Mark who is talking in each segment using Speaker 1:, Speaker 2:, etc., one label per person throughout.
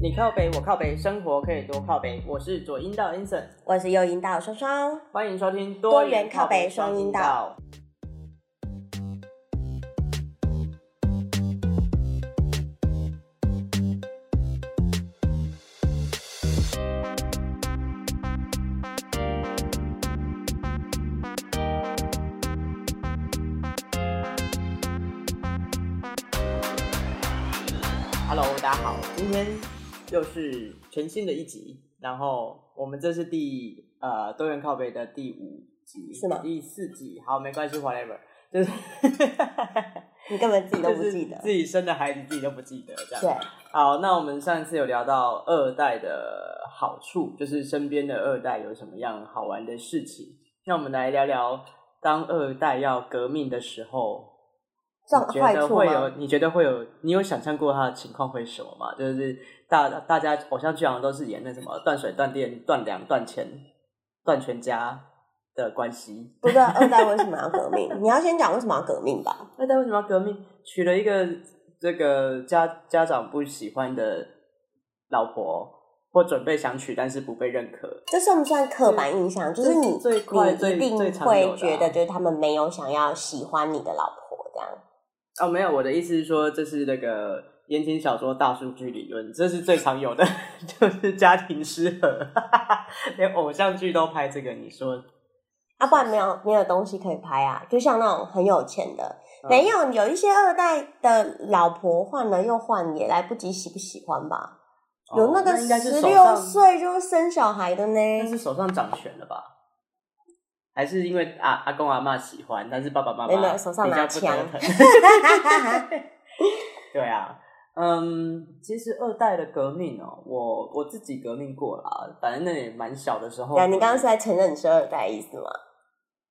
Speaker 1: 你靠北，我靠北，生活可以多靠北。我是左阴道 Inson，
Speaker 2: 我是右引导双双，
Speaker 1: 欢迎收听
Speaker 2: 多元靠北双阴道。
Speaker 1: Hello，大家好，今天又是全新的一集，然后我们这是第呃多元靠北的第五集
Speaker 2: 是吗
Speaker 1: 第四集，好，没关系，whatever，就是
Speaker 2: 你根本自己都不
Speaker 1: 就是
Speaker 2: 记得。
Speaker 1: 自己生的孩子自己都不记得这样。
Speaker 2: 对，
Speaker 1: 好，那我们上一次有聊到二代的好处，就是身边的二代有什么样好玩的事情。那我们来聊聊，当二代要革命的时候，
Speaker 2: 状
Speaker 1: 你觉
Speaker 2: 坏
Speaker 1: 得
Speaker 2: 处
Speaker 1: 会
Speaker 2: 吗
Speaker 1: 有？你觉得会有？你有想象过他的情况会是什么吗？就是大大家偶像剧好像都是演那什么断水、断电、断粮、断钱、断全家的关系。
Speaker 2: 不知道二代为什么要革命？你要先讲为什么要革命吧。
Speaker 1: 二代为什么要革命？娶了一个这个家家长不喜欢的老婆，或准备想娶但是不被认可。
Speaker 2: 这算不算刻板印象？就是你
Speaker 1: 嗯最快
Speaker 2: 你
Speaker 1: 最
Speaker 2: 一定
Speaker 1: 最常有的
Speaker 2: 会
Speaker 1: 啊
Speaker 2: 觉得，就是他们没有想要喜欢你的老婆这样。
Speaker 1: 哦，没有，我的意思是说，这是那个言情小说大数据理论，这是最常有的， 就是家庭失和，连偶像剧都拍这个。你说
Speaker 2: 啊，不然没有没有东西可以拍啊，就像那种很有钱的，
Speaker 1: 嗯
Speaker 2: 没有有一些二代的老婆换了又换，也来不及喜不喜欢吧？有
Speaker 1: 哦那
Speaker 2: 个
Speaker 1: 应该是
Speaker 2: 十
Speaker 1: 手
Speaker 2: 六
Speaker 1: 上，
Speaker 2: 岁就生小孩的呢，
Speaker 1: 那是手上掌权了吧？还是因为阿阿公阿妈喜欢，但是爸爸妈妈
Speaker 2: 哎没有没有手上
Speaker 1: 比较
Speaker 2: 拿
Speaker 1: 不
Speaker 2: 枪
Speaker 1: 得疼。 对啊，嗯，其实二代的革命哦，我我自己革命过啦，反正那也蛮小的时候。
Speaker 2: 啊那你刚刚是在承认你是二代的意思吗？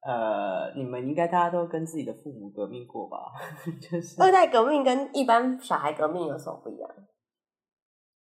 Speaker 1: 呃，你们应该大家都跟自己的父母革命过吧？就是
Speaker 2: 二代革命跟一般小孩革命有什么不一样？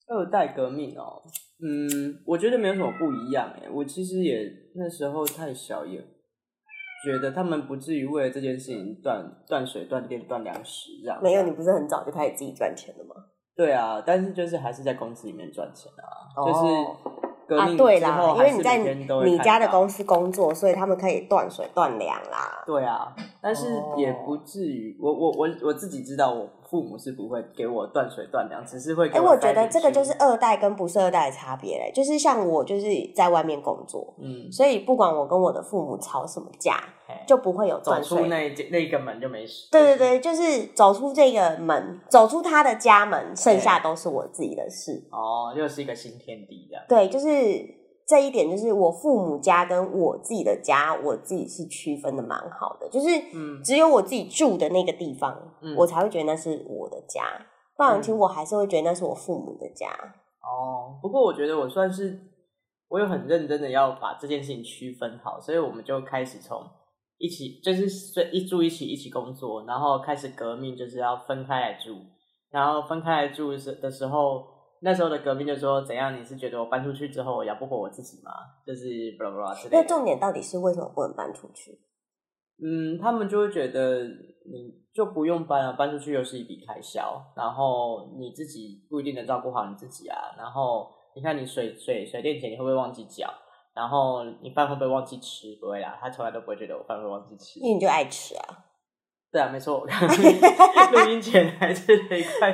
Speaker 1: 二代革命哦，嗯，我觉得没有什么不一样诶。我其实也那时候太小，也觉得他们不至于为了这件事情断断水、断电、断粮食这样。
Speaker 2: 没有，你不是很早就开始自己赚钱了吗？
Speaker 1: 对啊，但是就是还是在公司里面赚钱啊，就是革
Speaker 2: 啊，
Speaker 1: 命
Speaker 2: 对
Speaker 1: 之
Speaker 2: 啦，
Speaker 1: 后
Speaker 2: 因
Speaker 1: 还
Speaker 2: 为
Speaker 1: 是
Speaker 2: 你
Speaker 1: 每
Speaker 2: 在
Speaker 1: 天都会
Speaker 2: 你
Speaker 1: 看
Speaker 2: 家的
Speaker 1: 到
Speaker 2: 公司工作，所以他们可以断水断粮啦。
Speaker 1: 对啊，但是
Speaker 2: 哦
Speaker 1: 也不至于，我我我我自己知道，我父母是不会给我断水断粮，只是会给
Speaker 2: 哎、我
Speaker 1: 塞
Speaker 2: 觉得
Speaker 1: 点
Speaker 2: 这个
Speaker 1: 书
Speaker 2: 就是二代跟不是二代的差别嘞，就是像我就是在外面工作，
Speaker 1: 嗯，
Speaker 2: 所以不管我跟我的父母吵什么架，
Speaker 1: 嘿
Speaker 2: 就不会有
Speaker 1: 走
Speaker 2: 断
Speaker 1: 出
Speaker 2: 水。
Speaker 1: 那一间那一个门就没事。
Speaker 2: 对对对，就是走出这个门，走出他的家门，剩下都是我自己的事。
Speaker 1: 哦，又是一个新天地这样。
Speaker 2: 对，就是这一点，就是我父母家跟我自己的家，我自己是区分的蛮好的，就是
Speaker 1: 嗯
Speaker 2: 只有我自己住的那个地方，
Speaker 1: 嗯
Speaker 2: 我才会觉得那是我的家。不然，其实我还是会觉得那是我父母的家。
Speaker 1: 哦，不过我觉得我算是我有很认真的要把这件事情区分好，所以我们就开始从一起就是睡一住一起一起工作，然后开始革命，就是要分开来住，然后分开来住是的时候。那时候的革命就说怎样？你是觉得我搬出去之后我养不活我自己吗？就是巴拉巴拉之类
Speaker 2: 那
Speaker 1: 的。
Speaker 2: 重点到底是为什么不能搬出去？
Speaker 1: 嗯，他们就会觉得你就不用搬啊了，搬出去又是一笔开销，然后你自己不一定能照顾好你自己啊。然后你看你水水水电钱你会不会忘记缴？然后你饭会不会忘记吃？不会啦，他从来都不会觉得我饭会忘记吃。
Speaker 2: 因为你就爱吃 啊。
Speaker 1: 对啊，没错，我 刚刚录音前还吃了一块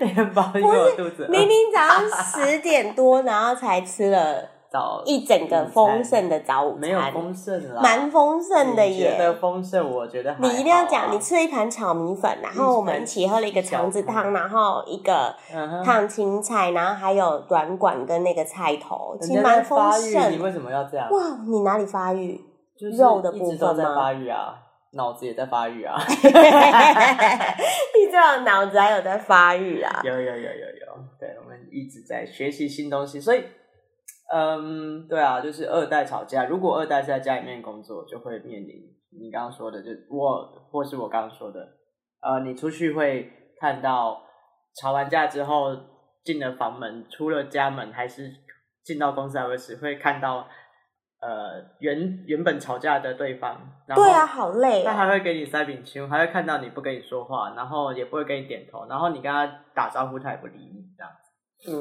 Speaker 1: 面包，因为我肚子饿呃
Speaker 2: 明明早上十点多，然后才吃了
Speaker 1: 早
Speaker 2: 一整个丰盛的早午餐，
Speaker 1: 没有丰盛啦，
Speaker 2: 蛮丰盛的
Speaker 1: 你觉得
Speaker 2: 耶。
Speaker 1: 丰盛，我觉得还
Speaker 2: 你一定要
Speaker 1: 好啊
Speaker 2: 讲，你吃了一盘炒米粉，然后我们一起喝了一个肠子汤，然后一个
Speaker 1: 嗯哼
Speaker 2: 烫青菜，然后还有软管跟那个菜头，
Speaker 1: 人
Speaker 2: 其实
Speaker 1: 家在
Speaker 2: 蛮丰
Speaker 1: 发育，你
Speaker 2: 盛。
Speaker 1: 为什么要这样？
Speaker 2: 哇，你哪里发 育？
Speaker 1: 就是
Speaker 2: 肉的
Speaker 1: 一直
Speaker 2: 部
Speaker 1: 都
Speaker 2: 分
Speaker 1: 在
Speaker 2: 吗
Speaker 1: 发育啊，脑子也在发育啊，
Speaker 2: 你最好脑子还有在发育 啊！
Speaker 1: 有有有有有，对，我们一直在学习新东西，所以，嗯，对啊，就是二代吵架，如果二代是在家里面工作，就会面临你刚刚说的，就我或是我刚刚说的，呃，你出去会看到吵完架之后进了房门，出了家门还是进到公司还会时会看到。呃，原原本吵架的对方，然后
Speaker 2: 对啊，好累
Speaker 1: 他
Speaker 2: 哦。
Speaker 1: 还会给你塞饼球，还会看到你不跟你说话，然后也不会跟你点头，然后你跟他打招呼，他也不理你，这样。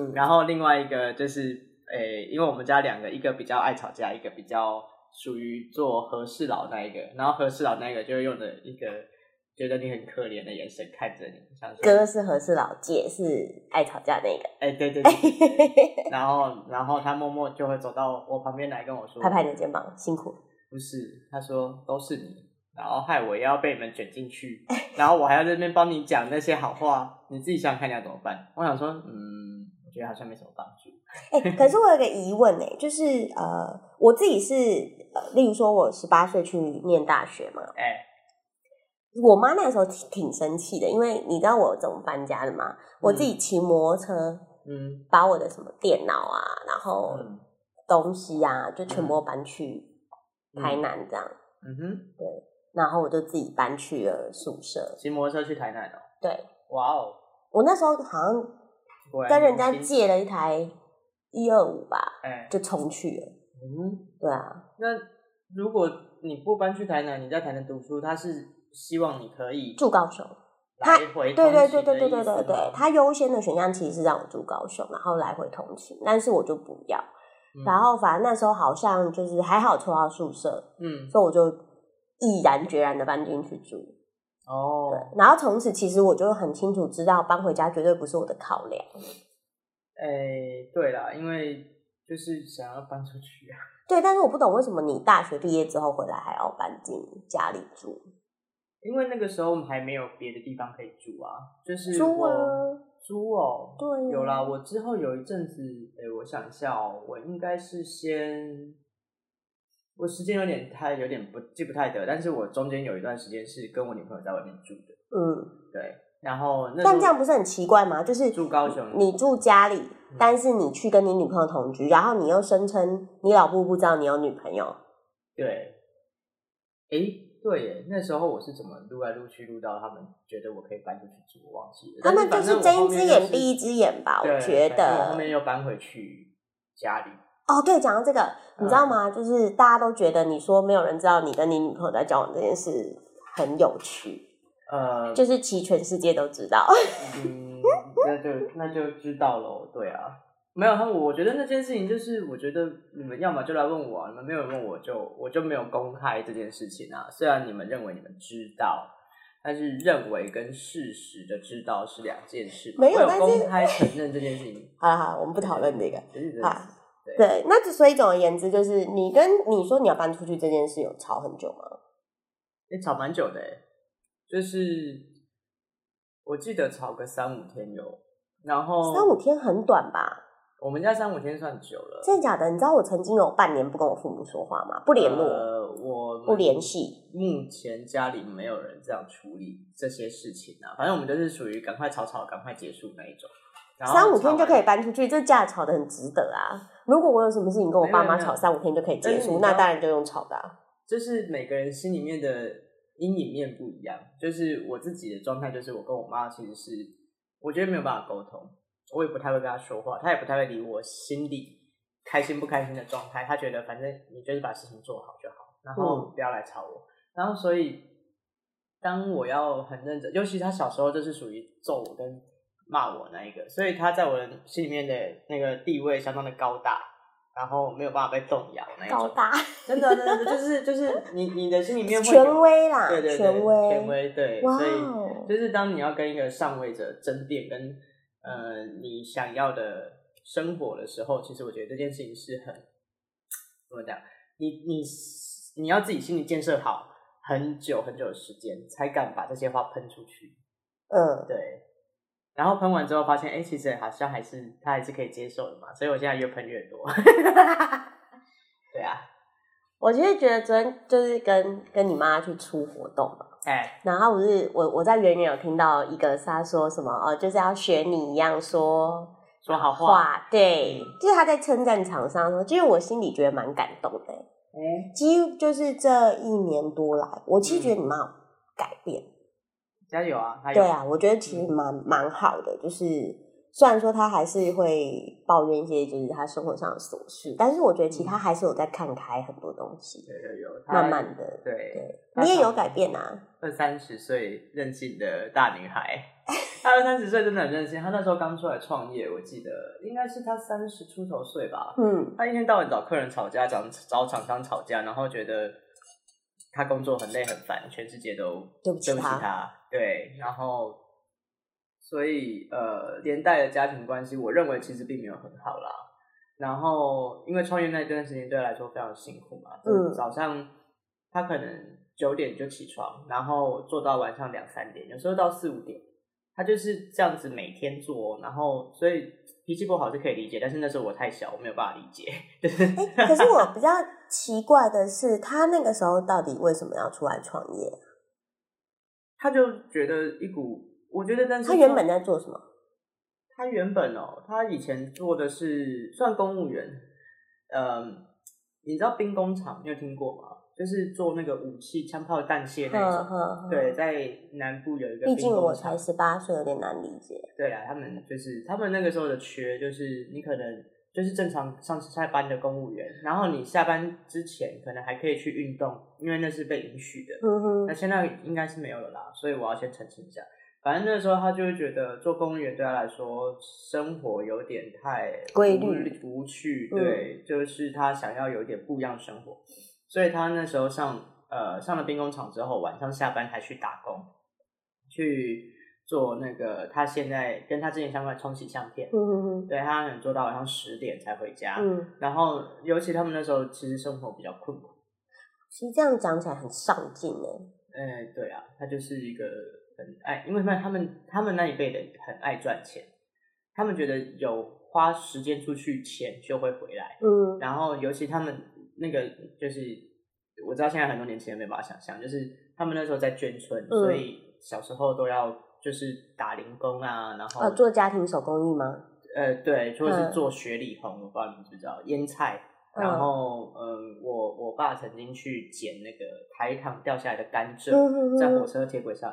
Speaker 2: 嗯，
Speaker 1: 然后另外一个就是，诶、因为我们家两个，一个比较爱吵架，一个比较属于做和事佬那一个，然后和事佬那一个就会用的一个觉得你很可怜的眼神看着你，像是
Speaker 2: 哥是和事佬，姐是爱吵架那个，
Speaker 1: 哎、对对对对 对然后然后他默默就会走到我旁边来跟我说，
Speaker 2: 拍拍你的肩膀，辛苦。
Speaker 1: 不是，他说都是你，然后害我也要被你们卷进去，然后我还要在那边帮你讲那些好话，你自己想想看你要怎么办？我想说，嗯，我觉得好像没什么帮助。
Speaker 2: 哎、可是我有个疑问哎、就是呃，我自己是呃，例如说我十八岁去念大学嘛，
Speaker 1: 哎、
Speaker 2: 我妈那时候挺挺生气的，因为你知道我怎么搬家的吗？我自己骑摩托车
Speaker 1: 嗯
Speaker 2: 把我的什么电脑啊，然后
Speaker 1: 嗯
Speaker 2: 东西啊，就全部都搬去台南这样，
Speaker 1: 嗯哼，
Speaker 2: 然后我就自己搬去了宿舍。
Speaker 1: 骑摩托车去台南哦。
Speaker 2: 对，
Speaker 1: 哇哦，
Speaker 2: 我那时候好像
Speaker 1: 果然
Speaker 2: 跟人家
Speaker 1: 年轻
Speaker 2: 借了一台一二五吧，
Speaker 1: 哎、
Speaker 2: 就冲去了。
Speaker 1: 嗯，
Speaker 2: 对啊，
Speaker 1: 那如果你不搬去台南，你在台南读书，他是希望你可以
Speaker 2: 住高雄，
Speaker 1: 来
Speaker 2: 他
Speaker 1: 回通
Speaker 2: 对对对
Speaker 1: 勤的
Speaker 2: 对对对
Speaker 1: 意思
Speaker 2: 对对
Speaker 1: 吗，
Speaker 2: 他优先的选项其实是让我住高雄，然后来回通勤，但是我就不要。
Speaker 1: 嗯
Speaker 2: 然后反正那时候好像就是还好抽到宿舍，
Speaker 1: 嗯
Speaker 2: 所以我就毅然决然的搬进去住。
Speaker 1: 哦，
Speaker 2: 然后从此其实我就很清楚知道搬回家绝对不是我的考量。
Speaker 1: 哎、对啦，因为就是想要搬出去啊。
Speaker 2: 对，但是我不懂为什么你大学毕业之后回来还要搬进家里住
Speaker 1: 因为那个时候我们还没有别的地方可以住啊，就是
Speaker 2: 租啊？
Speaker 1: 我租哦，
Speaker 2: 对啊，
Speaker 1: 有啦。我之后有一阵子，诶、我想一下哦，我应该是先，我时间有点太有点不记不太得，但是我中间有一段时间是跟我女朋友在外面住的，
Speaker 2: 嗯，
Speaker 1: 对。然后那时候
Speaker 2: 但这样不是很奇怪吗？就是
Speaker 1: 住高雄嗯
Speaker 2: 你住家里，但是你去跟你女朋友同居，然后你又声称你老婆不知道你有女朋友，
Speaker 1: 对，诶、对耶，那时候我是怎么撸来撸去撸到他们觉得我可以搬出去住，我忘记了。
Speaker 2: 他们
Speaker 1: 但
Speaker 2: 就是是
Speaker 1: 反正我
Speaker 2: 睁一
Speaker 1: 后
Speaker 2: 只
Speaker 1: 面就
Speaker 2: 眼
Speaker 1: 是
Speaker 2: 闭一只眼吧，
Speaker 1: 对
Speaker 2: 我觉
Speaker 1: 反正我后
Speaker 2: 得。
Speaker 1: 面又搬回去家里。
Speaker 2: 哦，对，讲到这个，你知道
Speaker 1: 嗯
Speaker 2: 吗？就是大家都觉得你说没有人知道你跟你女朋友在交往这件事很有趣，
Speaker 1: 呃，
Speaker 2: 就是其实全世界都知道。
Speaker 1: 嗯，那就那就知道喽。对啊，没有他们，我觉得那件事情就是，我觉得你们要么就来问我啊、你们没有问我就我就没有公开这件事情啊。虽然你们认为你们知道，但是认为跟事实的知道是两件事。
Speaker 2: 没有
Speaker 1: 我
Speaker 2: 但是
Speaker 1: 公开承认这件事情。
Speaker 2: 好了好了，我们 不讨论这个。
Speaker 1: 对，对
Speaker 2: 啊
Speaker 1: 对对，
Speaker 2: 对，那之所以总而言之，就是你跟你说你要搬出去这件事有吵很久吗？
Speaker 1: 也吵蛮久的欸，就是我记得吵个三五天有，然后
Speaker 2: 三五天很短吧？
Speaker 1: 我们家三五天算久了，
Speaker 2: 真的假的？你知道我曾经有半年不跟我父母说话吗？不联络，
Speaker 1: 呃，我们
Speaker 2: 不联。系。
Speaker 1: 目前家里没有人这样处理这些事情啊，反正我们就是属于赶快吵吵，赶快结束那一种。然后
Speaker 2: 三五天就可以
Speaker 1: 把，
Speaker 2: 搬出去，这架吵的很值得啊！如果我有什么事情跟我爸
Speaker 1: 没有
Speaker 2: 妈
Speaker 1: 没有
Speaker 2: 吵，三五天就可以
Speaker 1: 但
Speaker 2: 结
Speaker 1: 是你
Speaker 2: 束，
Speaker 1: 知
Speaker 2: 那
Speaker 1: 道
Speaker 2: 当然就用吵的、啊。
Speaker 1: 就是每个人心里面的阴影面不一样。就是我自己的状态，就是我跟我妈其实是，我觉得没有办法沟通，我也不太会跟她说话，她也不太会理我心里开心不开心的状态。她觉得反正你就是把事情做好就好，然
Speaker 2: 嗯
Speaker 1: 后不要来吵我。然后所以，当我要很认真，尤其他小时候就是属于揍我跟骂我那一个，所以他在我的心里面的那个地位相当的高大，然后没有办法被动摇那一种。
Speaker 2: 高大
Speaker 1: 真的，真的，就是就是你你的心里面会有
Speaker 2: 权，威啦，
Speaker 1: 对对对，
Speaker 2: 权
Speaker 1: 权
Speaker 2: 威，
Speaker 1: 威对，
Speaker 2: 哇
Speaker 1: 所以
Speaker 2: 哦！
Speaker 1: 就是当你要跟一个上位者争辩跟呃你想要的生活的时候，其实我觉得这件事情是很怎么讲，你你你要自己心理建设好很久很久的时间，才敢把这些话喷出去，
Speaker 2: 嗯，
Speaker 1: 对。然后喷完之后发现，哎、其实好像还是他还是可以接受的嘛，所以我现在越喷越 多。 对啊，
Speaker 2: 我其实觉得昨天就是跟跟你妈去出活动嘛，
Speaker 1: 哎、
Speaker 2: 然后不是我我在远远有听到一个是他说什么哦，就是要学你一样说
Speaker 1: 说好话，
Speaker 2: 话，对，
Speaker 1: 嗯
Speaker 2: 就是他在称赞厂商的时候，其实我心里觉得蛮感动的。欸
Speaker 1: 哎、
Speaker 2: 几乎就是这一年多来，我其实觉得你
Speaker 1: 嗯
Speaker 2: 妈有改变，
Speaker 1: 加油啊！还有
Speaker 2: 对，啊，我觉得其实蛮
Speaker 1: 嗯
Speaker 2: 蛮好的，就是虽然说她还是会抱怨一些就是她生活上的琐事，但是我觉得其实她还是有在看开很多东西，
Speaker 1: 有有有，嗯他
Speaker 2: 慢慢的，
Speaker 1: 对，
Speaker 2: 你也有改变啊，
Speaker 1: 二三十岁任性的大女孩， 他二三十岁真的很任性，他那时候刚出来创业，我记得应该是他三十出头岁吧。
Speaker 2: 嗯，
Speaker 1: 他一天到晚找客人吵架，找找厂商吵架，然后觉得他工作很累很烦，全世界都
Speaker 2: 对不起
Speaker 1: 对不起
Speaker 2: 他
Speaker 1: 他。对，然后所以呃，连带的家庭关系，我认为其实并没有很好啦。然后因为创业那段时间对他来说非常辛苦嘛，
Speaker 2: 嗯
Speaker 1: 早上他可能九点就起床，然后做到晚上两三点，有时候到四五点，他就是这样子每天做，哦然后所以脾气不好是可以理解，但是那时候我太小，我没有办法理解。 就是
Speaker 2: 哎，可是我比较奇怪的是，他那个时候到底为什么要出来创业？
Speaker 1: 他就觉得一股，我觉得但是
Speaker 2: 他原本在做什么？
Speaker 1: 他原本哦，他以前做的是算公务员，嗯，你知道兵工厂你有听过吗？就是做那个武器枪炮弹械那
Speaker 2: 呵
Speaker 1: 种。
Speaker 2: 呵呵
Speaker 1: 嗯对，，在南部有一个
Speaker 2: 嗯毕
Speaker 1: 兵
Speaker 2: 竟
Speaker 1: 工
Speaker 2: 我
Speaker 1: 厂
Speaker 2: 才。十八岁，有点难理解。
Speaker 1: 对啊，他们就是他们那个时候的缺，就是你可能就是正常上下班的公务员，然后你下班之前可能还可以去运动，因为那是被允许的。
Speaker 2: 嗯
Speaker 1: 那
Speaker 2: 哼，
Speaker 1: 现在应该是没有了啦，所以我要先澄清一下。反正那时候他就会觉得做公务员对他来说生活有点太
Speaker 2: 规
Speaker 1: 无
Speaker 2: 律嗯
Speaker 1: 无趣，对，就是他想要有一点不一样的生活，所以他那时候上呃上了兵工厂之后，晚上下班还去打工，去做那个他现在跟他之前相关的冲洗相片，
Speaker 2: 嗯哼哼，
Speaker 1: 对他可能做到晚上十点才回家，
Speaker 2: 嗯，
Speaker 1: 然后尤其他们那时候其实生活比较困苦，
Speaker 2: 其实这样讲起来很上进哎。
Speaker 1: 哎，对啊，他就是一个很爱，因为他们他们那一辈的很爱赚钱，他们觉得有花时间出去，钱就会回来。
Speaker 2: 嗯
Speaker 1: 然后尤其他们那个就是，我知道现在很多年轻人没办法想象，就是他们那时候在眷村，
Speaker 2: 嗯
Speaker 1: 所以小时候都要就是打零工啊，然后、
Speaker 2: 呃，做家庭手工艺吗？
Speaker 1: 呃对，或者
Speaker 2: 嗯
Speaker 1: 是做雪里红，我不知道你知不知道腌菜。
Speaker 2: 嗯
Speaker 1: 然后，嗯，我我爸曾经去捡那个台糖掉下来的甘蔗，
Speaker 2: 嗯哼
Speaker 1: 在火
Speaker 2: 哼，
Speaker 1: 车铁轨上，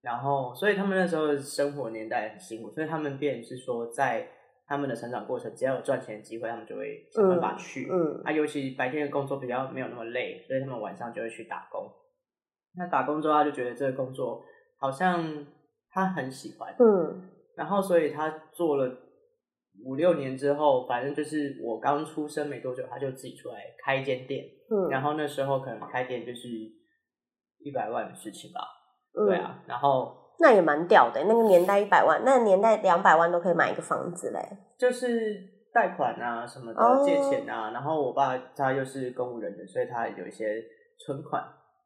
Speaker 1: 然后所以他们那时候的生活年代很辛苦，所以他们便是说在他们的成长过程，只要有赚钱的机会，他们就会想办法去。
Speaker 2: 嗯
Speaker 1: 啊，尤其白天的工作比较没有那么累，所以他们晚上就会去打工。那打工之后，他就觉得这个工作好像他很喜欢，
Speaker 2: 嗯
Speaker 1: 然后所以他做了五六年之后，反正就是我刚出生没多久，他就自己出来开一间店，
Speaker 2: 嗯，
Speaker 1: 然后那时候可能开店就是一百万的事情吧，
Speaker 2: 嗯
Speaker 1: 对，啊，然后
Speaker 2: 那也蛮屌的欸。那个年代一百万，那个年代两百万都可以买一个房子嘞。
Speaker 1: 就是贷款啊什么的，
Speaker 2: 哦
Speaker 1: 借钱啊。然后我爸他又是公务人员，所以他有一些存款，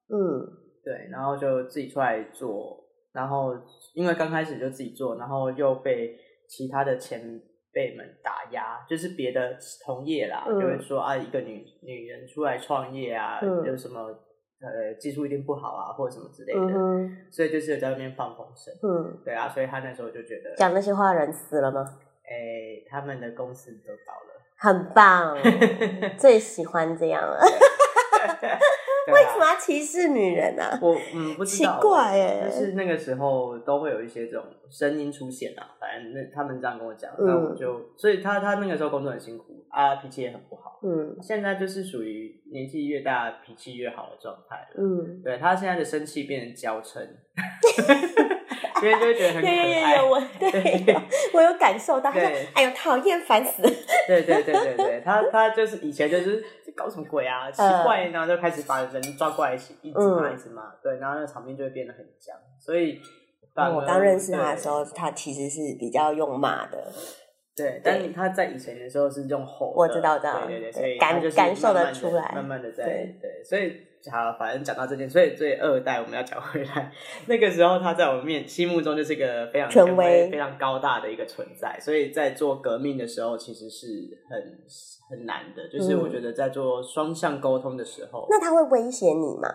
Speaker 2: 嗯
Speaker 1: 对，然后就自己出来做。然后因为刚开始就自己做，然后又被其他的前辈们打压，就是别的同业啦，
Speaker 2: 嗯
Speaker 1: 就会说啊，一个女女人出来创业啊，
Speaker 2: 嗯
Speaker 1: 有什么呃技术一定不好啊，或者什么之类的。
Speaker 2: 嗯哼，
Speaker 1: 所以就是有在外面放风声。
Speaker 2: 嗯，
Speaker 1: 对啊，所以他那时候就觉得，
Speaker 2: 讲那些话的人死了吗？
Speaker 1: 哎、他们的公司都倒了。
Speaker 2: 很棒，最喜欢这样了。
Speaker 1: 为
Speaker 2: 为什么？要歧视女人啊？
Speaker 1: 我嗯不知道，
Speaker 2: 奇怪耶
Speaker 1: 就是那个时候都会有一些这种声音出现啊。反正那他们这样跟我讲，
Speaker 2: 嗯
Speaker 1: 那我就，所以他他那个时候工作很辛苦啊，脾气也很不好。
Speaker 2: 嗯
Speaker 1: 现在就是属于年纪越大脾气越好的状态了。
Speaker 2: 嗯，
Speaker 1: 对他现在的生气变成娇嗔，别人就会觉得很可
Speaker 2: 有有
Speaker 1: 爱。
Speaker 2: 有有，我对
Speaker 1: 对
Speaker 2: 有我有感受到，他说
Speaker 1: 对：“
Speaker 2: 哎呦，讨厌，烦死了。
Speaker 1: 对对对对对，他他就是以前就是这搞什么鬼啊，奇怪，然后就开始把人抓过来一起一直骂
Speaker 2: 嗯
Speaker 1: 一直骂，对，然后那个场面就会变得很僵，所以反而
Speaker 2: 我刚认识他的时候，他其实是比较用骂的，
Speaker 1: 对，对但他在以前的时候是用吼的，
Speaker 2: 我知道我知道
Speaker 1: 对对对，
Speaker 2: 对
Speaker 1: 所以
Speaker 2: 感
Speaker 1: 他就是
Speaker 2: 感受
Speaker 1: 慢
Speaker 2: 得
Speaker 1: 慢地
Speaker 2: 出来
Speaker 1: 慢慢的在
Speaker 2: 对
Speaker 1: 对，所以好，反正讲到这件，所以最二代我们要讲回来， 那个时候他在我面心目中就是个非常
Speaker 2: 权
Speaker 1: 权
Speaker 2: 威
Speaker 1: 非常高大的一个存在，所以在做革命的时候其实是很很难的，就是
Speaker 2: 嗯
Speaker 1: 我觉得在做双向沟通的时候，
Speaker 2: 那他会威胁你吗？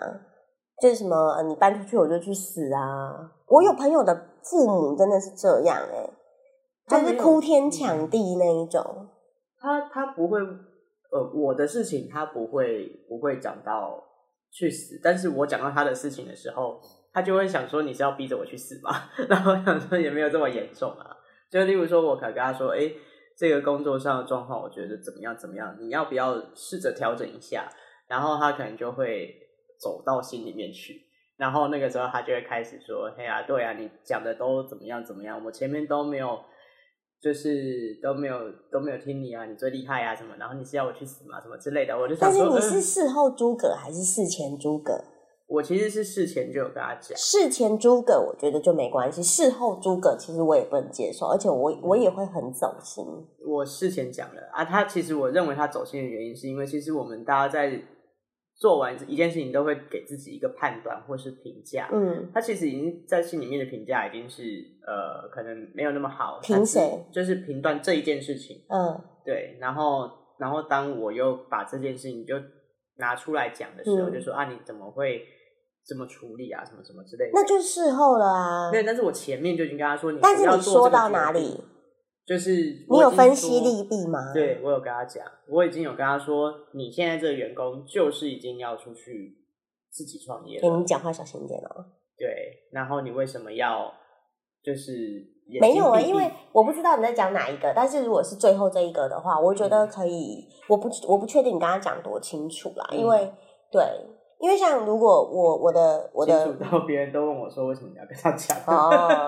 Speaker 2: 就是什么，呃你搬出去我就去死啊！我有朋友的父母真的是这样哎、
Speaker 1: 他
Speaker 2: 就是
Speaker 1: 没有嗯
Speaker 2: 哭天抢地那一种。
Speaker 1: 他他不会，呃，我的事情他不会不会讲到去死，但是我讲到他的事情的时候，他就会想说你是要逼着我去死吧？ 然后我想说也没有这么严重啊，就例如说我可能跟他说，哎、这个工作上的状况我觉得怎么样怎么样，你要不要试着调整一下？然后他可能就会走到心里面去。然后那个时候他就会开始说：“嘿呀、对呀、啊你讲的都怎么样怎么样，我前面都没有，就是都没有都没有听你啊，你最厉害啊什么，然后你是要我去死吗什么之类的。”我就想
Speaker 2: 但是
Speaker 1: 说，
Speaker 2: 你是
Speaker 1: 嗯，
Speaker 2: 事后诸葛还是事前诸葛？
Speaker 1: 我其实是事前就有跟他讲，
Speaker 2: 事前诸葛我觉得就没关系，事后诸葛其实我也不能接受，而且
Speaker 1: 嗯
Speaker 2: 我我也会很走心。
Speaker 1: 我事前讲了啊。他其实我认为他走心的原因，是因为其实我们大家在做完一件事情，都会给自己一个判断或是评价。
Speaker 2: 嗯，
Speaker 1: 他其实已经在心里面的评价已经是呃，可能没有那么好。
Speaker 2: 评
Speaker 1: 但是
Speaker 2: 谁？
Speaker 1: 就是评断这一件事情。
Speaker 2: 嗯
Speaker 1: 对，然后然后当我又把这件事情就拿出来讲的时候，
Speaker 2: 嗯
Speaker 1: 就说啊，你怎么会这么处理啊，什么什么之类的。
Speaker 2: 那就事后了啊。
Speaker 1: 对，但是我前面就已经跟他说，你
Speaker 2: 但是
Speaker 1: 不要
Speaker 2: 你
Speaker 1: 做
Speaker 2: 说
Speaker 1: 这个
Speaker 2: 到
Speaker 1: 决
Speaker 2: 哪
Speaker 1: 定
Speaker 2: 里？
Speaker 1: 就是
Speaker 2: 你
Speaker 1: 我
Speaker 2: 有
Speaker 1: 已经
Speaker 2: 分析
Speaker 1: 说
Speaker 2: 利弊吗？
Speaker 1: 对，我有跟他讲，我已经有跟他说，你现在这个员工就是已经要出去自己创业
Speaker 2: 欸
Speaker 1: 了
Speaker 2: 你，讲话小心一点哦。
Speaker 1: 对，然后你为什么要就是眼
Speaker 2: 没
Speaker 1: 睛
Speaker 2: 有啊，
Speaker 1: 闭
Speaker 2: 因为
Speaker 1: 闭
Speaker 2: 我不知道你在讲哪一个，但是如果是最后这一个的话，我觉
Speaker 1: 嗯
Speaker 2: 得可以，我不我不确定你刚刚讲多清楚啦，
Speaker 1: 嗯
Speaker 2: 因为对，因为像如果我我的我
Speaker 1: 清
Speaker 2: 的
Speaker 1: 楚到别人都问我说为什么你要跟他讲，
Speaker 2: 哦，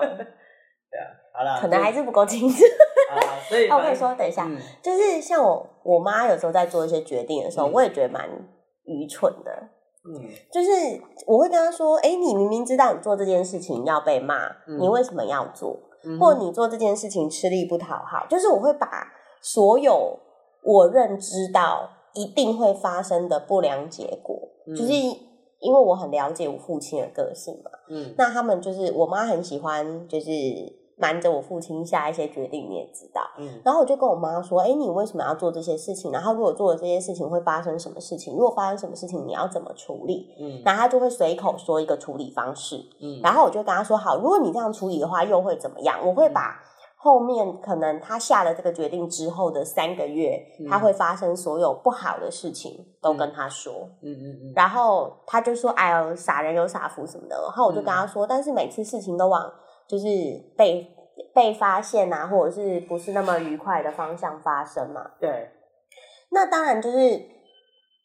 Speaker 1: 好了，
Speaker 2: 可能还是不够清楚。
Speaker 1: 啊，所以
Speaker 2: 哦，我
Speaker 1: 反
Speaker 2: 跟你说，
Speaker 1: 正
Speaker 2: 等一下，
Speaker 1: 嗯
Speaker 2: 就是像我我妈有时候在做一些决定的时候，
Speaker 1: 嗯
Speaker 2: 我也觉得蛮愚蠢的，
Speaker 1: 嗯
Speaker 2: 就是我会跟她说，哎，你明明知道你做这件事情要被骂，
Speaker 1: 嗯
Speaker 2: 你为什么要做？
Speaker 1: 嗯
Speaker 2: 或你做这件事情吃力不讨好，就是我会把所有我认知到一定会发生的不良结果，
Speaker 1: 嗯
Speaker 2: 就是因为我很了解我父亲的个性嘛，
Speaker 1: 嗯
Speaker 2: 那他们就是我妈很喜欢就是瞒着我父亲下一些决定，你也知道。
Speaker 1: 嗯
Speaker 2: 然后我就跟我妈说：“哎，你为什么要做这些事情？然后如果做了这些事情会发生什么事情？如果发生什么事情，你要怎么处理？”
Speaker 1: 嗯
Speaker 2: 然后她就会随口说一个处理方式，
Speaker 1: 嗯，
Speaker 2: 然后我就跟他说：“好，如果你这样处理的话，又会怎么样？
Speaker 1: 嗯
Speaker 2: 我会把后面可能他下了这个决定之后的三个月，
Speaker 1: 嗯
Speaker 2: 他会发生所有不好的事情都跟他说。
Speaker 1: 嗯嗯嗯，
Speaker 2: 然后他就说：‘哎呦，傻人有傻福什么的。’然后我就跟
Speaker 1: 嗯
Speaker 2: 他说：‘但是每次事情都往就是被被发现啊，或者是不是那么愉快的方向发生嘛。’
Speaker 1: 对，
Speaker 2: 那当然就是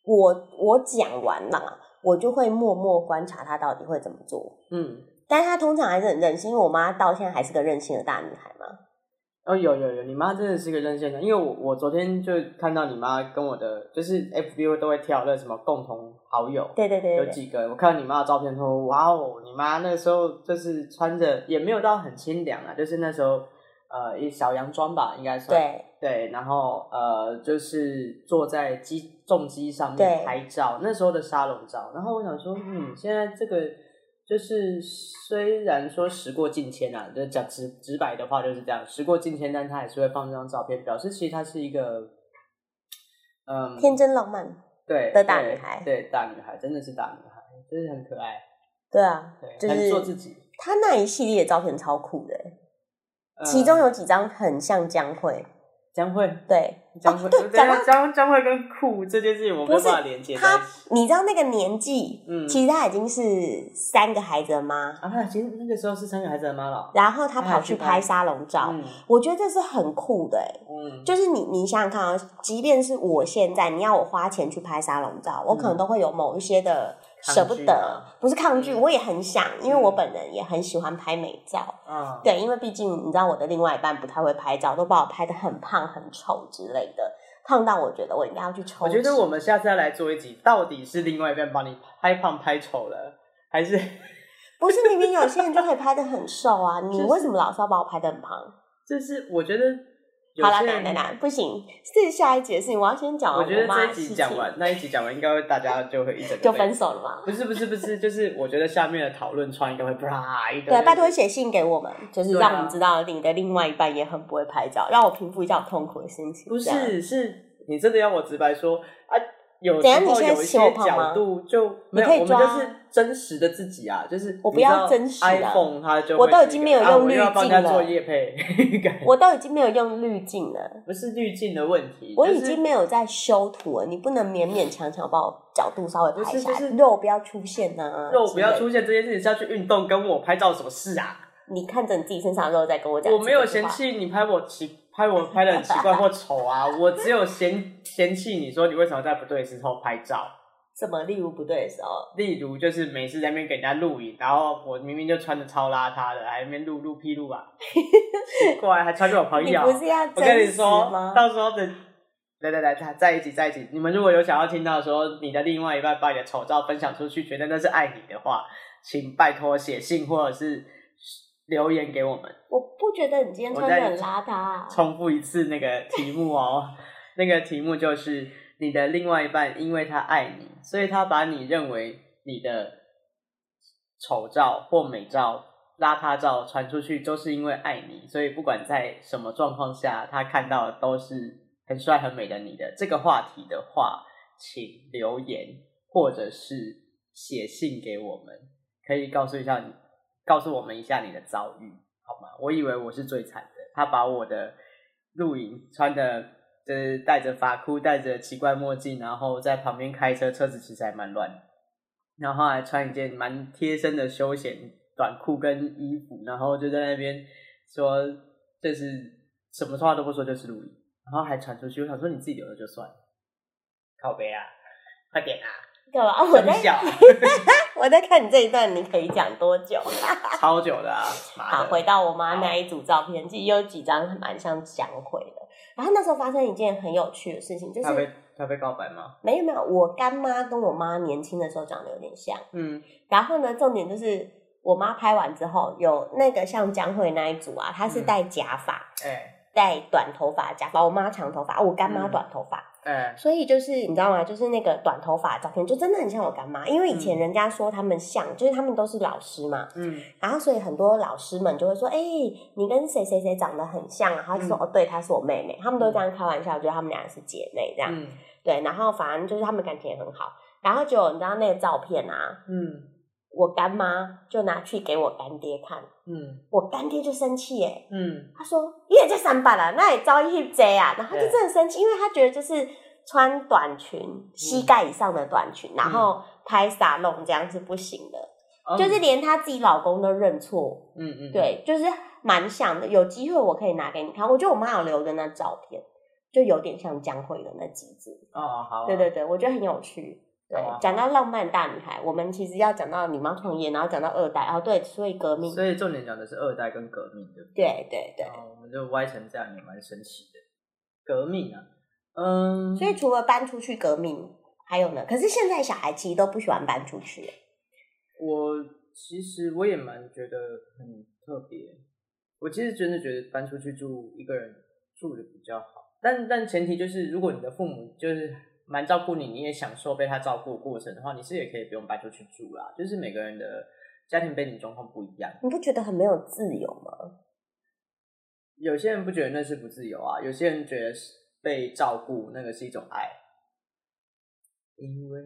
Speaker 2: 我我讲完了，我就会默默观察他到底会怎么做。”
Speaker 1: 嗯，
Speaker 2: 但是她通常还是很任性，因为我妈到现在还是个任性的大女孩嘛。
Speaker 1: 哦有有有，你妈真的是个任性的，因为我我昨天就看到你妈跟我的，就是 FB 都会跳那什么共同好友。
Speaker 2: 对对对
Speaker 1: 有
Speaker 2: 对对，
Speaker 1: 几个，我看到你妈的照片说，哇哦，你妈那时候就是穿着也没有到很清凉啊，就是那时候呃一小洋装吧，应该算
Speaker 2: 对
Speaker 1: 对，然后呃，就是坐在机重机上面
Speaker 2: 对
Speaker 1: 拍照，那时候的沙龙照。然后我想说，嗯，现在这个就是虽然说时过境迁啊，就讲直直白的话就是这样，时过境迁，但他还是会放这张照片，表示其实他是一个，嗯，
Speaker 2: 天真浪漫，
Speaker 1: 对
Speaker 2: 的大
Speaker 1: 对
Speaker 2: 女孩
Speaker 1: 对大女孩，真的是大女孩，就是很可爱，
Speaker 2: 对啊，
Speaker 1: 对，
Speaker 2: 就
Speaker 1: 很
Speaker 2: 是
Speaker 1: 做自己。
Speaker 2: 她那一系列的照片超酷的，欸
Speaker 1: 呃
Speaker 2: 其中有几张很像江蕙，
Speaker 1: 江蕙，
Speaker 2: 对，
Speaker 1: 江蕙，
Speaker 2: 哦对，讲
Speaker 1: 江
Speaker 2: 到
Speaker 1: 江江蕙跟酷这件事情，我没有
Speaker 2: 不是
Speaker 1: 办法连接在一
Speaker 2: 她
Speaker 1: 起。，
Speaker 2: 你知道那个年纪，
Speaker 1: 嗯
Speaker 2: 其实她已经是三个孩子的妈，
Speaker 1: 啊，其实那个时候是三个孩子的妈了。
Speaker 2: 然后她
Speaker 1: 她还
Speaker 2: 跑去
Speaker 1: 去拍
Speaker 2: 拍沙龙照，
Speaker 1: 嗯
Speaker 2: 我觉得这是很酷的欸，
Speaker 1: 嗯，
Speaker 2: 就是你，你想想看啊、即便是我现在，你要我花钱去拍沙龙照，我可能都会有某一些的
Speaker 1: 嗯抗
Speaker 2: 舍不
Speaker 1: 拒
Speaker 2: 得
Speaker 1: 吗，
Speaker 2: 不是抗拒，
Speaker 1: 嗯
Speaker 2: 我也很想，因为我
Speaker 1: 嗯
Speaker 2: 本人也很喜欢拍美照。
Speaker 1: 啊，
Speaker 2: 对，因为毕竟你知道我的另外一半不太会拍照，都把我拍的很胖、很丑之类的，胖到我觉得我应该要去抽
Speaker 1: 我
Speaker 2: 脂。
Speaker 1: 觉得我们下次要来做一集，到底是另外一边把你拍胖拍丑了，还是
Speaker 2: 不是明明有些人就可以拍的很瘦啊，你
Speaker 1: 就是
Speaker 2: 为什么老是要把我拍的很胖？
Speaker 1: 就是我觉得有
Speaker 2: 好啦，
Speaker 1: 些
Speaker 2: 等一下等一
Speaker 1: 人，
Speaker 2: 下，不行，这是下一节事情，我要先讲完
Speaker 1: 我觉得
Speaker 2: 妈
Speaker 1: 这
Speaker 2: 的
Speaker 1: 一
Speaker 2: 事
Speaker 1: 集讲
Speaker 2: 情
Speaker 1: 完，那一集讲完，应该会大家就会一整个
Speaker 2: 就
Speaker 1: 被
Speaker 2: 分。手了嘛。
Speaker 1: 不是不是不是，就是我觉得下面的讨论串应该会啪一个。
Speaker 2: 对，拜托写信给我们，就是
Speaker 1: 对啊
Speaker 2: 让我们知道你的另外一半也很不会拍照，让我平复一下我痛苦的心情。
Speaker 1: 不
Speaker 2: 这样，
Speaker 1: 是是，你真的要我直白说啊？有时
Speaker 2: 怎样你
Speaker 1: 候
Speaker 2: 现在
Speaker 1: 有一
Speaker 2: 嫌我
Speaker 1: 些
Speaker 2: 胖吗
Speaker 1: 角度就没有，
Speaker 2: 可以
Speaker 1: 我们
Speaker 2: 抓
Speaker 1: 就是真实的自己啊，就是
Speaker 2: 我
Speaker 1: 你
Speaker 2: 不
Speaker 1: 知
Speaker 2: 要
Speaker 1: 道
Speaker 2: 真实啊
Speaker 1: iPhone 它就
Speaker 2: 我
Speaker 1: 会
Speaker 2: 都已
Speaker 1: 是一
Speaker 2: 经
Speaker 1: 个
Speaker 2: 没有
Speaker 1: 啊
Speaker 2: 用
Speaker 1: 我又要
Speaker 2: 滤
Speaker 1: 帮
Speaker 2: 镜
Speaker 1: 人家做
Speaker 2: 了
Speaker 1: 夜配， 感
Speaker 2: 我都已经没有用滤镜了，
Speaker 1: 不是滤镜的问题，
Speaker 2: 我
Speaker 1: 就
Speaker 2: 已
Speaker 1: 是
Speaker 2: 经没有在修图了，你不能勉勉强强把我角度稍微
Speaker 1: 不
Speaker 2: 拍
Speaker 1: 是
Speaker 2: 下来，
Speaker 1: 就是
Speaker 2: 肉不要出现呐、
Speaker 1: 肉不要
Speaker 2: 之类的，
Speaker 1: 出现这件事情是要去运动，跟我拍照什么事啊？
Speaker 2: 你看着你自己身上的肉再跟我讲。
Speaker 1: 我没有嫌，弃你拍我奇，拍我拍的很奇怪或丑啊，我只有嫌嫌弃你说你为什么在不对的时候拍照。
Speaker 2: 怎么力如不对的时候，
Speaker 1: 例如就是每次在那边给人家录影，然后我明明就穿的超邋遢的，还在那边录录屁录 啊，奇怪，还传给我朋
Speaker 2: 你
Speaker 1: 友。
Speaker 2: 不是要
Speaker 1: 我跟你
Speaker 2: 真实
Speaker 1: 说
Speaker 2: 吗，？
Speaker 1: 到时候等，来来来，他在一起在一起。你们如果有想要听到说你的另外一半把你的丑照分享出去，觉得那是爱你的话，请拜托写信或者是留言给我们。
Speaker 2: 我不觉得你今天穿的很邋遢、啊。
Speaker 1: 重复一次那个题目哦， 那个题目就是你的另外一半，因为他爱你，所以他把你认为你的丑照或美照、邋遢照传出去，都是因为爱你，所以不管在什么状况下，他看到的都是很帅很美的你的。这个话题的话，请留言或者是写信给我们，可以告诉一下你，告诉我们一下你的遭遇。好吗？我以为我是最惨的，他把我的露营穿的，就是戴着发箍，戴着奇怪墨镜，然后在旁边开车，车子其实还蛮乱的，然后还穿一件蛮贴身的休闲短裤跟衣服，然后就在那边说，就是什么话都不说，就是露营，然后还传出去，我想说你自己留着就算了，靠背啊，快点啊，
Speaker 2: 干嘛？我
Speaker 1: 很
Speaker 2: 在
Speaker 1: 小，
Speaker 2: 我在看你这一段，你可以讲多久？
Speaker 1: 超久的啊，妈
Speaker 2: 好，
Speaker 1: 的，
Speaker 2: 回到我妈那一组照片，其实有几张蛮像相会的。然后那时候发生一件很有趣的事情，就
Speaker 1: 他
Speaker 2: 是
Speaker 1: 被他被告白吗？
Speaker 2: 没有没有，我干妈跟我妈年轻的时候长得有点像。
Speaker 1: 嗯。
Speaker 2: 然后呢，重点就是我妈拍完之后，有那个像江蕙那一组啊，她
Speaker 1: 嗯
Speaker 2: 是戴假发，
Speaker 1: 哎
Speaker 2: 戴短头发假发，我妈长头发，我干妈
Speaker 1: 嗯
Speaker 2: 短头发，
Speaker 1: 哎，
Speaker 2: 所以就是你知道吗？就是那个短头发的照片，就真的很像我干妈，因为以前人家说他们像，就是他们都是老师嘛，
Speaker 1: 嗯，
Speaker 2: 然后所以很多老师们就会说，哎、你跟谁谁谁长得很像，然后就说、
Speaker 1: 嗯
Speaker 2: 哦，对，她是我妹妹，他们都这样开玩笑，觉得他们俩是姐妹这样，
Speaker 1: 嗯
Speaker 2: 对，然后反正就是他们感情也很好，然后就你知道那个照片啊，
Speaker 1: 嗯
Speaker 2: 我干妈就拿去给我干爹看，
Speaker 1: 嗯
Speaker 2: 我干爹就生气耶，
Speaker 1: 嗯
Speaker 2: 他说你也在三八啦，那也招一贼啊，然后他就
Speaker 1: 对
Speaker 2: 真的生气，因为他觉得就是穿短裙，
Speaker 1: 嗯
Speaker 2: 膝盖以上的短裙，然后拍撒弄这样是不行的，
Speaker 1: 嗯，
Speaker 2: 就是连她自己老公都认错，
Speaker 1: 嗯嗯，
Speaker 2: 对，就是蛮像的。有机会我可以拿给你看，我觉得我妈有留的那照片，就有点像江蕙的那几只，
Speaker 1: 哦好啊，
Speaker 2: 对对对，我觉得很有趣。对
Speaker 1: 好啊，
Speaker 2: 讲到浪漫大女孩，我们其实要讲到你妈创业，然后讲到二代，哦对，所以革命，
Speaker 1: 所以重点讲的是二代跟革命，对不
Speaker 2: 对对对。
Speaker 1: 哦，我们就歪成这样也蛮神奇的，革命啊，嗯，
Speaker 2: 所以除了搬出去革命，还有呢？可是现在小孩其实都不喜欢搬出去，
Speaker 1: 我其实我也蛮觉得很特别，我其实真的觉得搬出去住一个人住的比较好，但但前提就是如果你的父母就是蛮照顾你，你也享受被他照顾的过程的话，你是也可以不用搬出去住啦，就是每个人的家庭背景状况不一样。
Speaker 2: 你不觉得很没有自由吗？
Speaker 1: 有些人不觉得那是不自由啊，有些人觉得是被照顾那个是一种爱，因为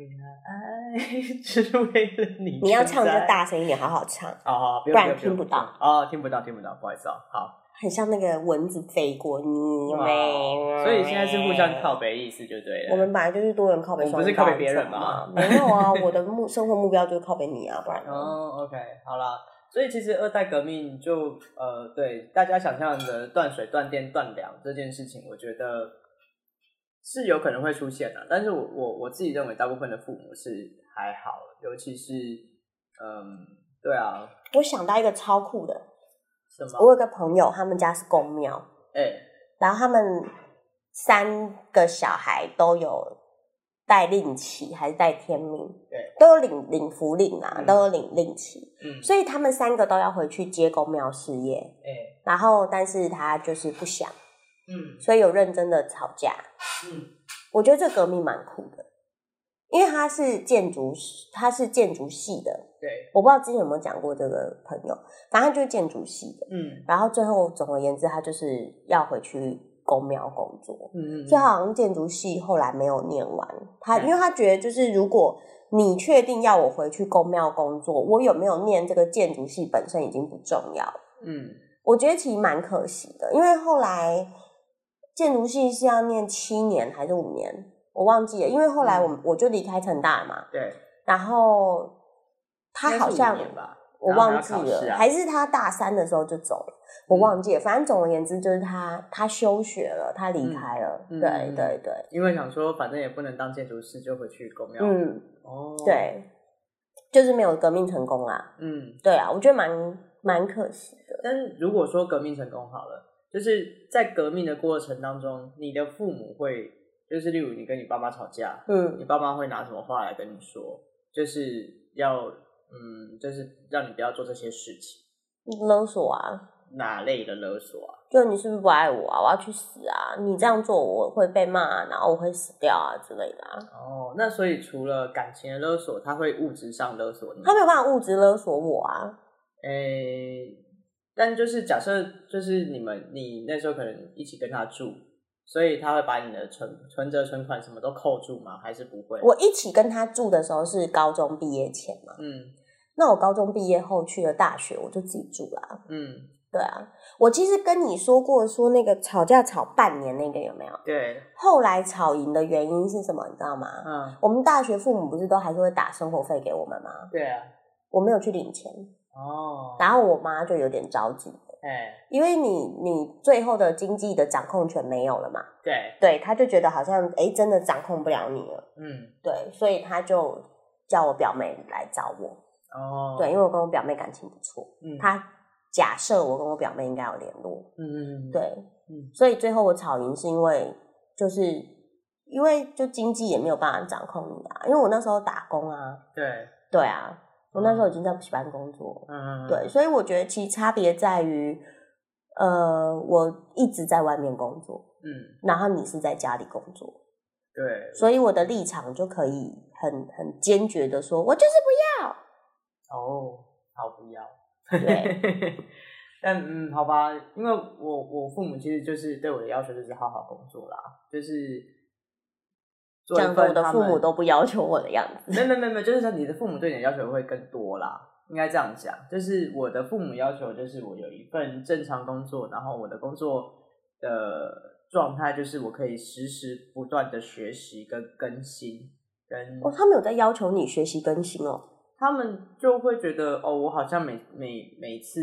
Speaker 1: 爱 只为了你。
Speaker 2: 你要唱就，大声一点，好好唱，
Speaker 1: 好好，不
Speaker 2: 不
Speaker 1: 用
Speaker 2: 然
Speaker 1: 用用
Speaker 2: 听不到
Speaker 1: 哦，听不到，听不到，不好意思哦。好，
Speaker 2: 很像那个蚊子飞过你
Speaker 1: 哇
Speaker 2: 没？
Speaker 1: 所以现在是互相靠。北意思就对了。
Speaker 2: 我们本来就是多人靠北，
Speaker 1: 我们不是
Speaker 2: 双人
Speaker 1: 靠北别人吧
Speaker 2: 嘛？没有啊，我的目生活目标就是靠北你啊，不然 呢
Speaker 1: 哦，OK，好啦。所以其实二代革命就呃，对大家想象的断水、断电、断粮这件事情，我觉得是有可能会出现的。但是我我我自己认为，大部分的父母是还好，尤其是嗯，对啊，
Speaker 2: 我想到一个超酷的，
Speaker 1: 什
Speaker 2: 我
Speaker 1: 么
Speaker 2: 有个朋友，他们家是公庙，
Speaker 1: 哎、
Speaker 2: 然后他们三个小孩都有带令旗，还是带天命，
Speaker 1: 对，
Speaker 2: 都有领领符令啊，
Speaker 1: 嗯
Speaker 2: 都有领令旗，
Speaker 1: 嗯，
Speaker 2: 所以他们三个都要回去接公庙事业。
Speaker 1: 哎、
Speaker 2: 然后，但是他就是不想，
Speaker 1: 嗯
Speaker 2: 所以有认真的吵架。
Speaker 1: 嗯
Speaker 2: 我觉得这革命蛮酷的，因为他是建筑师，他是建筑系的，
Speaker 1: 对，
Speaker 2: 我不知道之前有没有讲过这个朋友，反正他就是建筑系的。
Speaker 1: 嗯
Speaker 2: 然后最后，总而言之，他就是要回去公庙工作。
Speaker 1: 嗯嗯，
Speaker 2: 就好像建筑系后来没有念完，他
Speaker 1: 嗯
Speaker 2: 因为他觉得就是如果你确定要我回去公庙工作，我有没有念这个建筑系本身已经不重要了。
Speaker 1: 嗯
Speaker 2: 我觉得其实蛮可惜的，因为后来建筑系是要念七年还是五年，我忘记了。因为
Speaker 1: 嗯
Speaker 2: 后来我我就离开成大了嘛，
Speaker 1: 对，
Speaker 2: 然后他好像
Speaker 1: 应该是五年吧，
Speaker 2: 我忘记
Speaker 1: 然后还要考试
Speaker 2: 了，
Speaker 1: 啊嗯
Speaker 2: 还是他大三的时候就走了，我忘记了。反正总而言之，就是他他休学了，他离开了。
Speaker 1: 嗯嗯
Speaker 2: 对
Speaker 1: 嗯
Speaker 2: 对对，
Speaker 1: 因为想说反正也不能当建筑师，就回去公庙。
Speaker 2: 嗯，
Speaker 1: 哦，，
Speaker 2: 对，就是没有革命成功啊。
Speaker 1: 嗯，
Speaker 2: 对啊，我觉得蛮蛮可惜的。
Speaker 1: 但是如果说革命成功好了，就是在革命的过程当中，你的父母会，就是例如你跟你爸妈吵架，
Speaker 2: 嗯
Speaker 1: 你爸妈会拿什么话来跟你说？就是要，嗯，就是让你不要做这些事情，
Speaker 2: 勒索啊，
Speaker 1: 哪类的勒索啊？
Speaker 2: 就你是不是不爱我啊？我要去死啊！你这样做我会被骂、啊，然后我会死掉啊之类的啊。
Speaker 1: 哦，那所以除了感情的勒索，他会物质上勒索你。
Speaker 2: 他没有办法物质勒索我啊。
Speaker 1: 诶、但就是假设就是你们你那时候可能一起跟他住，所以他会把你的存存折、存款什么都扣住吗？还是不会？
Speaker 2: 我一起跟他住的时候是高中毕业前嘛，
Speaker 1: 嗯
Speaker 2: 那我高中毕业后去了大学，我就自己住啦、
Speaker 1: 嗯，
Speaker 2: 对啊，我其实跟你说过，说那个吵架吵半年那个有没有？
Speaker 1: 对，
Speaker 2: 后来吵赢的原因是什么？你知道吗？
Speaker 1: 嗯
Speaker 2: 我们大学父母不是都还是会打生活费给我们吗？
Speaker 1: 对啊，
Speaker 2: 我没有去领钱，
Speaker 1: 哦，
Speaker 2: 然后我妈就有点着急，
Speaker 1: 哎、
Speaker 2: 因为你你最后的经济的掌控权没有了嘛，
Speaker 1: 对，
Speaker 2: 对，她就觉得好像哎真的掌控不了你了，
Speaker 1: 嗯
Speaker 2: 对，所以她就叫我表妹来找我，
Speaker 1: 哦，
Speaker 2: 对，因为我跟我表妹感情不错，
Speaker 1: 嗯，
Speaker 2: 她假设我跟我表妹应该有联络，
Speaker 1: 嗯嗯嗯，
Speaker 2: 对，
Speaker 1: 嗯
Speaker 2: 所以最后我吵赢是因为就是因为就经济也没有办法掌控你啊，因为我那时候打工啊，
Speaker 1: 对，
Speaker 2: 对啊，我那时候已经在补习班工作，
Speaker 1: 哦嗯，
Speaker 2: 对，所以我觉得其实差别在于，呃，我一直在外面工作，
Speaker 1: 嗯
Speaker 2: 然后你是在家里工作，
Speaker 1: 对，
Speaker 2: 所以我的立场就可以很很坚决的说，我就是
Speaker 1: 哦，好不要。
Speaker 2: 不对，
Speaker 1: 但嗯，好吧，因为我我父母其实就是对我的要求就是好好工作啦，就是做
Speaker 2: 这
Speaker 1: 一
Speaker 2: 样子我
Speaker 1: 份
Speaker 2: 的
Speaker 1: 他
Speaker 2: 父母
Speaker 1: 们
Speaker 2: 都不要求我的样子，
Speaker 1: 没没没没，就是说你的父母对你的要求会更多啦，应该这样讲。就是我的父母要求就是我有一份正常工作，然后我的工作的状态就是我可以时时不断的学习跟更新，跟
Speaker 2: 哦，他们有在要求你学习更新哦，
Speaker 1: 他们就会觉得哦，我好像每每每次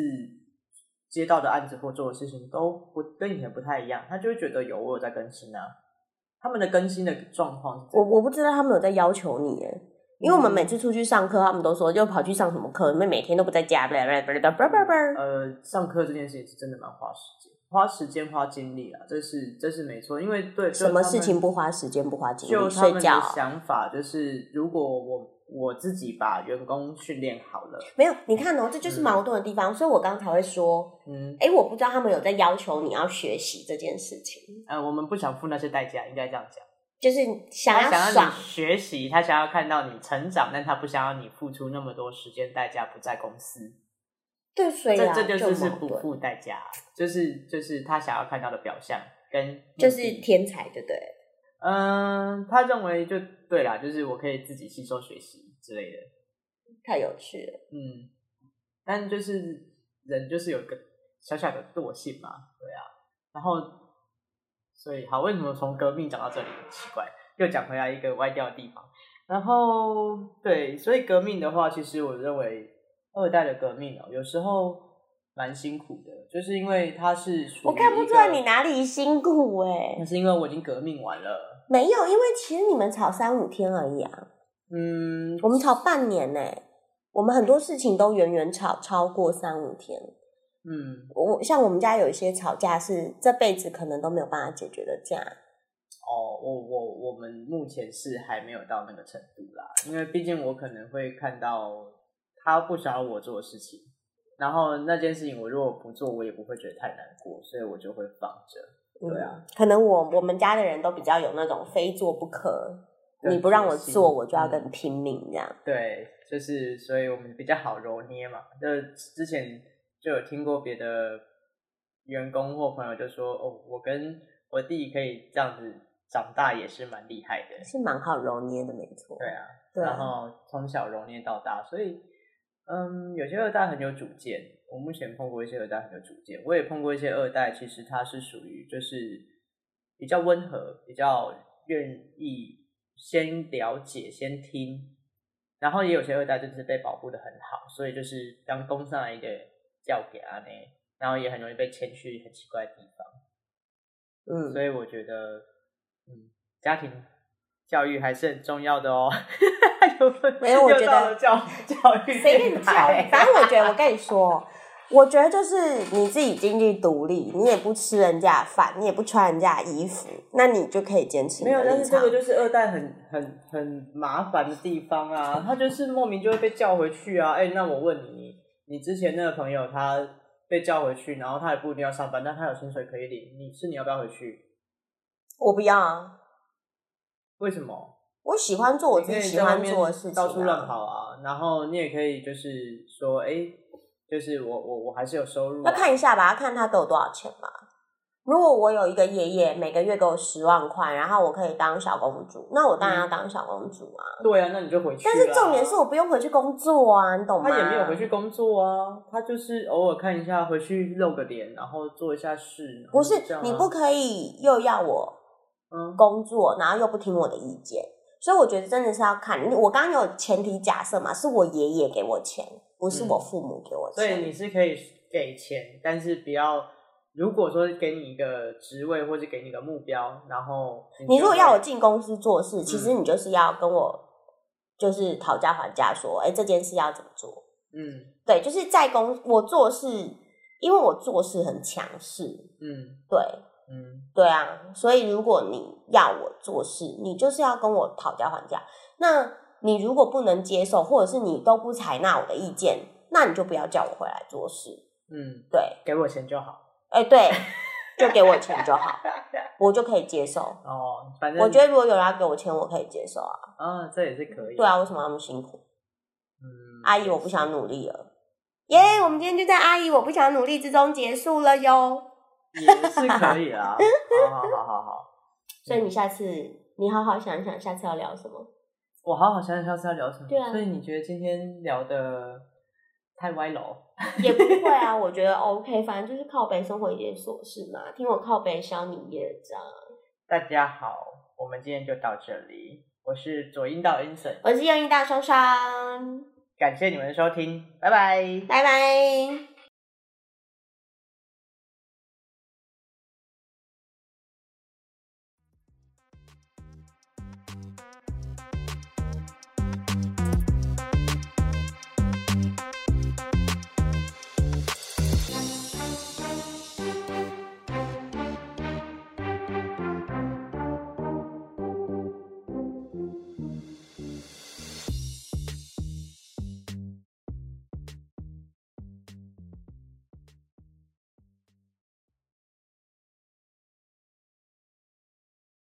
Speaker 1: 接到的案子或做的事情都不跟以前不太一样，他就会觉得有我有在更新啊。他们的更新的状况是这
Speaker 2: 我
Speaker 1: 样，
Speaker 2: 我不知道他们有在要求你耶。因为我们
Speaker 1: 嗯
Speaker 2: 每次出去上课，他们都说就跑去上什么课，你们每天都不在家，叭叭叭叭叭叭叭。
Speaker 1: 呃，上课这件事情是真的蛮花时间、花时间、花精力啊，这是这是没错，因为对
Speaker 2: 什么事情
Speaker 1: 不
Speaker 2: 不花时间不花精
Speaker 1: 就
Speaker 2: 力，
Speaker 1: 他
Speaker 2: 睡
Speaker 1: 们
Speaker 2: 觉啊
Speaker 1: 的想法就是，如果我我自己把员工训练好了，
Speaker 2: 没有。你看哦，这就是
Speaker 1: 嗯
Speaker 2: 矛盾的地方。所以我刚才会说，
Speaker 1: 嗯，
Speaker 2: 哎，我不知道他们有在要求你要学习这件事情，
Speaker 1: 呃，我们不想付那些代价，应该这样讲。
Speaker 2: 就是想
Speaker 1: 他
Speaker 2: 要
Speaker 1: 哦想要
Speaker 2: 爽
Speaker 1: 你，学习，他想要看到你成长，但他不想要你付出那么多时间代价不在公司。
Speaker 2: 对，所以
Speaker 1: 这
Speaker 2: 啊，
Speaker 1: 这就是是
Speaker 2: 矛
Speaker 1: 不
Speaker 2: 盾，
Speaker 1: 付代价啊，就是就是他想要看到的表象跟
Speaker 2: 就是天才，对不对？
Speaker 1: 嗯、他认为就对啦，就是我可以自己吸收学习之类的，
Speaker 2: 太有趣了。
Speaker 1: 嗯，但就是人就是有个小小的惰性嘛，对啊，然后所以好，为什么从革命讲到这里？奇怪，又讲回来一个歪掉的地方。然后对，所以革命的话，其实我认为二代的革命哦、有时候蛮辛苦的，就是因为它是属于
Speaker 2: 我看不
Speaker 1: 一
Speaker 2: 出
Speaker 1: 个嗯
Speaker 2: 来你，哪里辛苦哎、
Speaker 1: 那是因为我已经革命完了，
Speaker 2: 没有，因为其实你们吵三五天而已啊，
Speaker 1: 嗯，
Speaker 2: 我们吵半年呢、欸我们很多事情都远远吵超过三五天。
Speaker 1: 嗯，
Speaker 2: 我像我们家有一些吵架是这辈子可能都没有办法解决的架，
Speaker 1: 哦，我我我们目前是还没有到那个程度啦，因为毕竟我可能会看到他不想要我做的事情，然后那件事情我如果不做，我也不会觉得太难过，所以我就会放着。
Speaker 2: 嗯
Speaker 1: 对啊，
Speaker 2: 可能我我们家的人都比较有那种非做不可，
Speaker 1: 对
Speaker 2: 你不让我
Speaker 1: 决心
Speaker 2: 做，我就要跟你
Speaker 1: 嗯
Speaker 2: 拼命这样。
Speaker 1: 对，就是所以我们比较好揉捏嘛。就之前就有听过别的员工或朋友就说，哦，我跟我弟可以这样子长大也是蛮厉害的。
Speaker 2: 是蛮好揉捏的，没错。
Speaker 1: 对啊，
Speaker 2: 对
Speaker 1: 然
Speaker 2: 啊，
Speaker 1: 后从小揉捏到大，所以嗯，有些二代很有主见。我目前碰过一些二代很有主见，我也碰过一些二代，其实他是属于就是比较温和，比较愿意先了解、先听，然后也有些二代就是被保护的很好，所以就是当攻上来一个教给阿呢，然后也很容易被牵去很奇怪的地方。
Speaker 2: 嗯，
Speaker 1: 所以我觉得，嗯，家庭教育还是很重要的哦。 又
Speaker 2: 没有我
Speaker 1: 又
Speaker 2: 觉
Speaker 1: 到
Speaker 2: 得
Speaker 1: 了教教育
Speaker 2: 随便
Speaker 1: 电
Speaker 2: 讲
Speaker 1: 台，
Speaker 2: 反正我觉得，我跟你说，我觉得就是你自己经济独立，你也不吃人家的饭，你也不穿人家的衣服，那你就可以坚持你
Speaker 1: 没有，
Speaker 2: 的
Speaker 1: 但
Speaker 2: 立
Speaker 1: 是这
Speaker 2: 场
Speaker 1: 个就是二代很很很麻烦的地方啊，他就是莫名就会被叫回去啊。哎、那我问你，你之前那个朋友他被叫回去，然后他也不一定要上班，但他有薪水可以领，你是你要不要回去？
Speaker 2: 我不要啊，
Speaker 1: 为什么？
Speaker 2: 我喜欢做我自己
Speaker 1: 你可以
Speaker 2: 喜
Speaker 1: 在外
Speaker 2: 欢
Speaker 1: 面
Speaker 2: 做的事情、啊，
Speaker 1: 到处乱跑啊。然后你也可以就是说，哎、就是我我我还是有收入、啊。
Speaker 2: 要看一下吧，看他给我多少钱嘛。如果我有一个爷爷，每个月给我十万块，然后我可以当小公主，那我
Speaker 1: 嗯
Speaker 2: 当然要当小公主啊。
Speaker 1: 对啊，那你就回去啦。
Speaker 2: 但是重点是我不用回去工作啊，你懂
Speaker 1: 啊
Speaker 2: 吗？
Speaker 1: 他也没有回。去工作啊，他就是偶尔看一下，回去露个脸，然后做一下事。然后
Speaker 2: 不是
Speaker 1: 这样啊
Speaker 2: 你不可以又要我
Speaker 1: 嗯
Speaker 2: 工作，然后又不听我的意见，所以我觉得真的是要看。我刚刚有前提假设嘛，是我爷爷给我钱，不是我父母给我
Speaker 1: 嗯所以
Speaker 2: 钱。
Speaker 1: 你是可以给钱，但是不要。如果说给你一个职位，或是给你一个目标，然后
Speaker 2: 你如果
Speaker 1: 就会嗯
Speaker 2: 要我进公司做事，其实你就是要跟我就是讨价还价，说，哎、这件事要怎么做。
Speaker 1: 嗯
Speaker 2: 对，就是在公我做事，因为我做事很强势，
Speaker 1: 嗯
Speaker 2: 对
Speaker 1: 嗯
Speaker 2: 对啊，所以如果你要我做事，你就是要跟我讨价还价。那你如果不能接受，或者是你都不采纳我的意见，那你就不要叫我回来做事。
Speaker 1: 嗯，
Speaker 2: 对，
Speaker 1: 给我钱就好
Speaker 2: 哎、对，就给我钱就好，我就可以接 受。
Speaker 1: 哦。反正
Speaker 2: 我觉得如果有人要给我钱，我可以接受啊。
Speaker 1: 啊、这也是可以。
Speaker 2: 对啊，为什么那么辛苦？
Speaker 1: 嗯，
Speaker 2: 阿姨，我不想努力了。耶、我们今天就在阿姨我不想努力之中结束了哟。
Speaker 1: 也 是可以 啦。好好好好好，
Speaker 2: 所以你下次你好好想想，下次要聊什么？
Speaker 1: 我好好想想下次要聊什么。
Speaker 2: 对啊
Speaker 1: 所以你觉得今天聊的太歪楼？
Speaker 2: 也不会啊，我觉得 OK，反正就是靠北生活一点琐事嘛，听我靠北消你业障。
Speaker 1: 大家好，我们今天就到这里。我是左阴道 Inson，
Speaker 2: 我是用一大双双，
Speaker 1: 感谢你们的收听，拜拜。
Speaker 2: 拜拜。